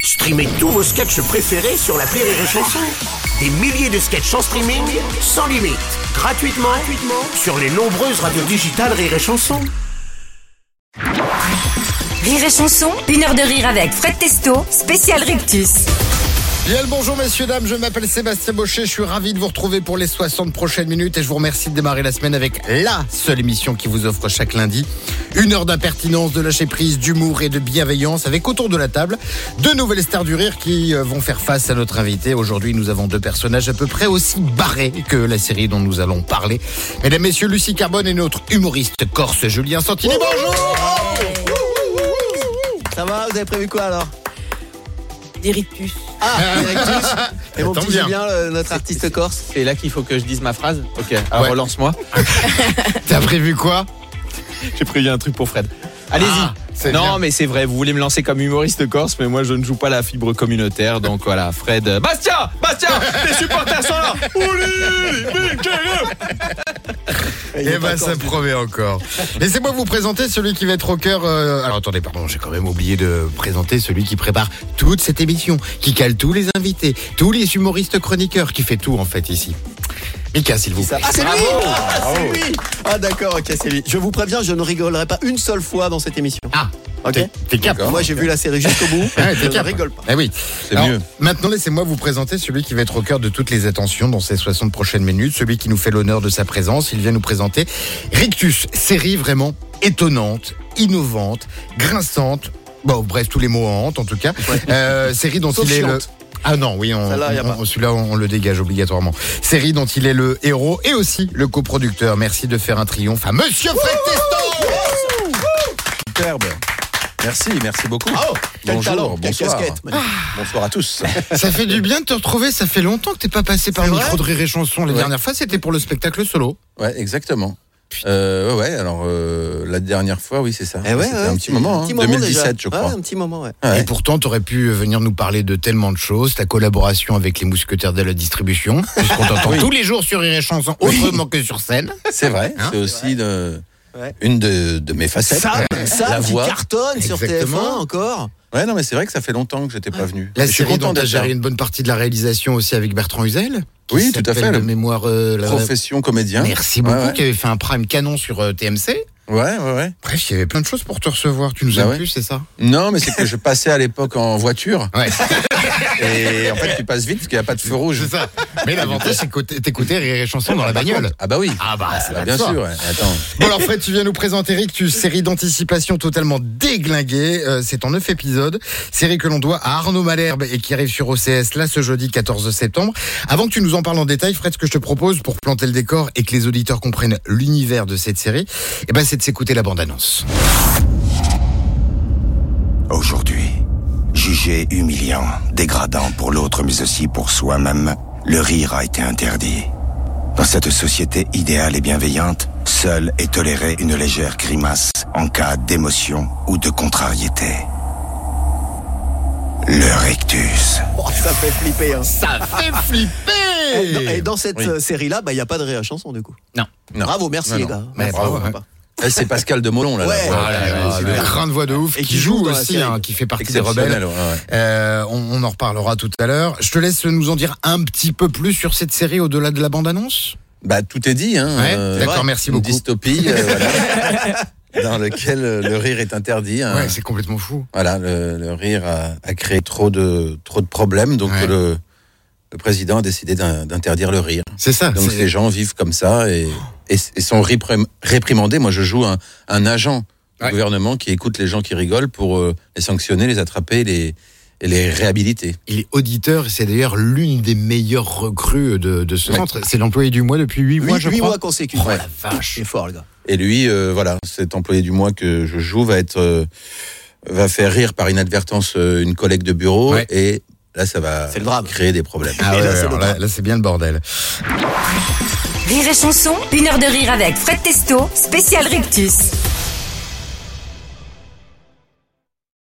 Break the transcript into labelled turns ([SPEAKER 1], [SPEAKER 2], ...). [SPEAKER 1] Streamez tous vos sketchs préférés sur la Rire et Chanson. Des milliers de sketchs en streaming, sans limite, gratuitement, gratuitement sur les nombreuses radios digitales Rire et Chanson.
[SPEAKER 2] Rire et chanson, une heure de rire avec Fred Testo, spécial Rictus.
[SPEAKER 3] Bien le bonjour messieurs, dames, je m'appelle Sébastien Bochet, je suis ravi de vous retrouver pour les 60 prochaines minutes et je vous remercie de démarrer la semaine avec la seule émission qui vous offre chaque lundi une heure d'impertinence, de lâcher prise, d'humour et de bienveillance avec autour de la table deux nouvelles stars du rire qui euh, vont faire face à notre invité. Aujourd'hui nous avons deux personnages à peu près aussi barrés que la série dont nous allons parler. Mesdames, messieurs, Lucie Carbone et notre humoriste corse Julien Santini, bonjour
[SPEAKER 4] Ça va Vous avez prévu quoi alors
[SPEAKER 5] des rictus.
[SPEAKER 4] Ah Directus Et mon
[SPEAKER 3] Attends
[SPEAKER 4] petit
[SPEAKER 3] bien.
[SPEAKER 4] Julien, le- notre artiste corse. C'est là qu'il faut que je dise ma phrase. Ok, alors
[SPEAKER 3] Ouais.
[SPEAKER 4] relance-moi.
[SPEAKER 3] T'as prévu quoi
[SPEAKER 4] J'ai prévu un truc pour Fred. Allez-y
[SPEAKER 3] Ah, c'est
[SPEAKER 4] Non
[SPEAKER 3] bien.
[SPEAKER 4] mais c'est vrai, vous voulez me lancer comme humoriste corse, mais moi je ne joue pas la fibre communautaire, donc voilà, Fred. euh, Bastia Bastia Les supporters sont là Ouli eh ben, Il est
[SPEAKER 3] Eh
[SPEAKER 4] pas
[SPEAKER 3] ben, ça
[SPEAKER 4] corse.
[SPEAKER 3] promet encore. Laissez-moi vous présenter celui qui va être au cœur. euh, Alors attendez, pardon, j'ai quand même oublié de présenter celui qui prépare toute cette émission, qui cale tous les invités, tous les humoristes chroniqueurs, qui fait tout en fait ici. Mika, s'il vous
[SPEAKER 4] Ça-
[SPEAKER 3] plaît.
[SPEAKER 4] Ah c'est lui Ah, c'est
[SPEAKER 3] Bravo.
[SPEAKER 4] lui
[SPEAKER 6] Ah d'accord, ok, c'est lui. Je vous préviens, je ne rigolerai pas une seule fois dans cette émission.
[SPEAKER 3] Ah,
[SPEAKER 6] Ok.
[SPEAKER 3] t'es- t'es cap.
[SPEAKER 6] Moi, j'ai vu la série jusqu'au bout.
[SPEAKER 7] Ah,
[SPEAKER 3] Ouais,
[SPEAKER 6] je
[SPEAKER 3] t'es
[SPEAKER 6] ne
[SPEAKER 3] cap.
[SPEAKER 6] rigole pas.
[SPEAKER 3] Eh oui,
[SPEAKER 4] C'est
[SPEAKER 3] Alors,
[SPEAKER 4] mieux.
[SPEAKER 3] Maintenant, laissez-moi vous présenter celui qui va être au cœur de toutes les attentions dans ces 60 prochaines minutes, celui qui nous fait l'honneur de sa présence. Il vient nous présenter Rictus, série vraiment étonnante, innovante, grinçante. Bon, bref, tous les mots en hante, en tout cas. Euh, série dont
[SPEAKER 6] Sauf
[SPEAKER 3] il est le...
[SPEAKER 6] chiante.
[SPEAKER 3] Ah non, oui, on,
[SPEAKER 6] Celle-là, y a
[SPEAKER 3] on-
[SPEAKER 6] pas.
[SPEAKER 3] on- celui-là, on le dégage obligatoirement. Série dont il est le héros et aussi le coproducteur. Merci de faire un triomphe à Monsieur Fred Testo
[SPEAKER 7] Superbe. Merci, merci beaucoup.
[SPEAKER 6] Oh, quel
[SPEAKER 7] Bonjour,
[SPEAKER 6] talent, quelle
[SPEAKER 7] bonsoir. Ah,
[SPEAKER 6] casquette. magnifique.
[SPEAKER 7] Bonsoir à tous.
[SPEAKER 3] Ça fait du bien de te retrouver, ça fait longtemps que t'es pas passé par le
[SPEAKER 6] C'est
[SPEAKER 3] micro
[SPEAKER 6] vrai
[SPEAKER 3] de Rire et Chanson. La
[SPEAKER 7] Ouais.
[SPEAKER 3] dernière fois, c'était pour le spectacle solo.
[SPEAKER 7] Ouais, exactement. Euh, ouais, ouais, alors euh, la dernière fois, oui, c'est ça.
[SPEAKER 6] Eh ouais,
[SPEAKER 7] C'était
[SPEAKER 6] ouais,
[SPEAKER 7] un
[SPEAKER 6] c'est
[SPEAKER 7] petit moment, hein,
[SPEAKER 6] petit
[SPEAKER 7] 2017,
[SPEAKER 6] déjà. Ah,
[SPEAKER 7] je crois. Ah,
[SPEAKER 6] Ouais, un petit moment, ouais.
[SPEAKER 7] Ouais.
[SPEAKER 3] Et pourtant, t'aurais pu euh, venir nous parler de tellement de choses, ta collaboration avec les Mousquetaires de la distribution, puisqu'on t'entend
[SPEAKER 7] Oui.
[SPEAKER 3] tous les jours sur Rire et Chanson, autrement que sur scène.
[SPEAKER 7] C'est vrai,
[SPEAKER 3] Hein
[SPEAKER 7] c'est aussi de-
[SPEAKER 6] Ouais.
[SPEAKER 7] une de, de mes facettes.
[SPEAKER 6] Sam, Sam
[SPEAKER 7] La
[SPEAKER 6] qui
[SPEAKER 7] voix.
[SPEAKER 6] cartonne sur
[SPEAKER 3] Exactement.
[SPEAKER 6] TF1 encore.
[SPEAKER 7] Ouais, non, mais c'est vrai que ça fait longtemps que j'étais pas venu.
[SPEAKER 3] La
[SPEAKER 7] Et je suis
[SPEAKER 3] série dont
[SPEAKER 7] content
[SPEAKER 3] t'as
[SPEAKER 7] d'être
[SPEAKER 3] géré
[SPEAKER 7] là.
[SPEAKER 3] une bonne partie de la réalisation aussi avec Bertrand Huzel. qui
[SPEAKER 7] Oui, tout à
[SPEAKER 3] s'appelle
[SPEAKER 7] fait,
[SPEAKER 3] De
[SPEAKER 7] le
[SPEAKER 3] mémoire. euh, la-
[SPEAKER 7] Profession comédien.
[SPEAKER 3] Merci beaucoup,
[SPEAKER 7] Ouais, ouais.
[SPEAKER 3] qui avait fait un prime canon sur euh, TMC.
[SPEAKER 7] Ouais, ouais, ouais.
[SPEAKER 3] Bref, il y avait plein de choses pour te recevoir. Tu nous
[SPEAKER 7] Bah
[SPEAKER 3] as
[SPEAKER 7] ouais.
[SPEAKER 3] plus, c'est ça
[SPEAKER 7] Non, mais c'est que je passais à l'époque en voiture.
[SPEAKER 3] Ouais,
[SPEAKER 7] Et en fait, tu passes vite parce qu'il n'y a pas de feu rouge.
[SPEAKER 3] c'est ça. Mais l'avantage, c'est que t'é- t'écoutais Rire et Chanson dans la bagnole.
[SPEAKER 7] Ah bah oui.
[SPEAKER 3] Ah bah, ça
[SPEAKER 7] Bah,
[SPEAKER 3] va
[SPEAKER 7] bien
[SPEAKER 3] de soi.
[SPEAKER 7] sûr. ouais. Attends.
[SPEAKER 3] Bon alors Fred, tu viens nous présenter Rictus, série d'anticipation totalement déglinguée. Euh, c'est en neuf épisodes, série que l'on doit à Arnaud Malherbe et qui arrive sur OCS là ce jeudi 14 septembre. Avant que tu nous en parles en détail, Fred, ce que je te propose pour planter le décor et que les auditeurs comprennent l'univers de cette série, eh ben, c'est de s'écouter la bande-annonce.
[SPEAKER 8] Aujourd'hui, jugé humiliant, dégradant pour l'autre mais aussi pour soi-même, le rire a été interdit. Dans cette société idéale et bienveillante, seul est toléré une légère grimace en cas d'émotion ou de contrariété. Le rectus.
[SPEAKER 6] Oh, ça fait flipper. hein.
[SPEAKER 3] Ça fait
[SPEAKER 6] Et, dans,
[SPEAKER 3] flipper
[SPEAKER 6] et dans cette
[SPEAKER 7] Oui.
[SPEAKER 6] euh, série-là, bah, il n'y a pas de réa chanson du coup.
[SPEAKER 3] Non.
[SPEAKER 7] Non.
[SPEAKER 6] Bravo, merci
[SPEAKER 7] Non,
[SPEAKER 6] les
[SPEAKER 7] non.
[SPEAKER 6] gars.
[SPEAKER 3] Mais
[SPEAKER 6] Merci,
[SPEAKER 3] bravo,
[SPEAKER 6] vraiment
[SPEAKER 3] ouais.
[SPEAKER 6] pas.
[SPEAKER 7] Eh, C'est Pascal de Molon, là. la
[SPEAKER 6] Ouais.
[SPEAKER 3] Oh
[SPEAKER 7] voix.
[SPEAKER 6] Ah là là,
[SPEAKER 7] c'est
[SPEAKER 3] Le grain de voix de ouf
[SPEAKER 6] Et
[SPEAKER 3] qui,
[SPEAKER 6] qui joue
[SPEAKER 3] joue
[SPEAKER 6] dans la
[SPEAKER 3] aussi,
[SPEAKER 6] série.
[SPEAKER 3] hein, qui fait partie des
[SPEAKER 7] Exceptionnel,
[SPEAKER 3] rebelles.
[SPEAKER 7] ouais, ouais.
[SPEAKER 3] Euh, on, on en reparlera tout à l'heure. Je te laisse nous en dire un petit peu plus sur cette série au-delà de la bande-annonce.
[SPEAKER 7] Bah, tout est dit. Hein,
[SPEAKER 3] Ouais, d'accord,
[SPEAKER 7] ouais.
[SPEAKER 3] merci
[SPEAKER 7] Une
[SPEAKER 3] beaucoup.
[SPEAKER 7] Dystopie, euh, voilà, dans lequel euh, le rire est interdit. hein.
[SPEAKER 3] Ouais, c'est complètement fou.
[SPEAKER 7] Voilà, le, le rire a, a créé trop de trop de problèmes, donc
[SPEAKER 3] Ouais.
[SPEAKER 7] le, le président a décidé d'in- d'interdire le rire.
[SPEAKER 3] C'est ça.
[SPEAKER 7] Donc
[SPEAKER 3] Ah, c'est-
[SPEAKER 7] les gens vivent comme ça et, et, s- et sont répré- réprimandés. Moi, je joue un, un agent du
[SPEAKER 3] Ouais.
[SPEAKER 7] gouvernement qui écoute les gens qui rigolent pour euh, les sanctionner, les attraper, les et les réhabiliter.
[SPEAKER 3] Il est auditeur et c'est d'ailleurs l'une des meilleures recrues de, de ce
[SPEAKER 7] Ouais.
[SPEAKER 3] centre. C'est l'employé du mois depuis 8 mois,
[SPEAKER 6] Huit
[SPEAKER 3] je
[SPEAKER 6] huit
[SPEAKER 3] crois.
[SPEAKER 6] mois consécutifs.
[SPEAKER 3] Oh
[SPEAKER 6] Ouais.
[SPEAKER 3] la vache.
[SPEAKER 6] Il est fort, le gars.
[SPEAKER 7] Et lui, euh, voilà, cet employé du mois que je joue va être euh, va faire rire par inadvertance euh, une collègue de bureau
[SPEAKER 3] Ouais.
[SPEAKER 7] et là, ça va
[SPEAKER 6] C'est le drame.
[SPEAKER 7] créer des problèmes.
[SPEAKER 3] Ah ouais,
[SPEAKER 6] là, c'est
[SPEAKER 3] alors
[SPEAKER 6] le
[SPEAKER 3] là, là, c'est bien le bordel.
[SPEAKER 2] Rire et chanson, une heure de rire avec Fred Testo, spécial Rictus.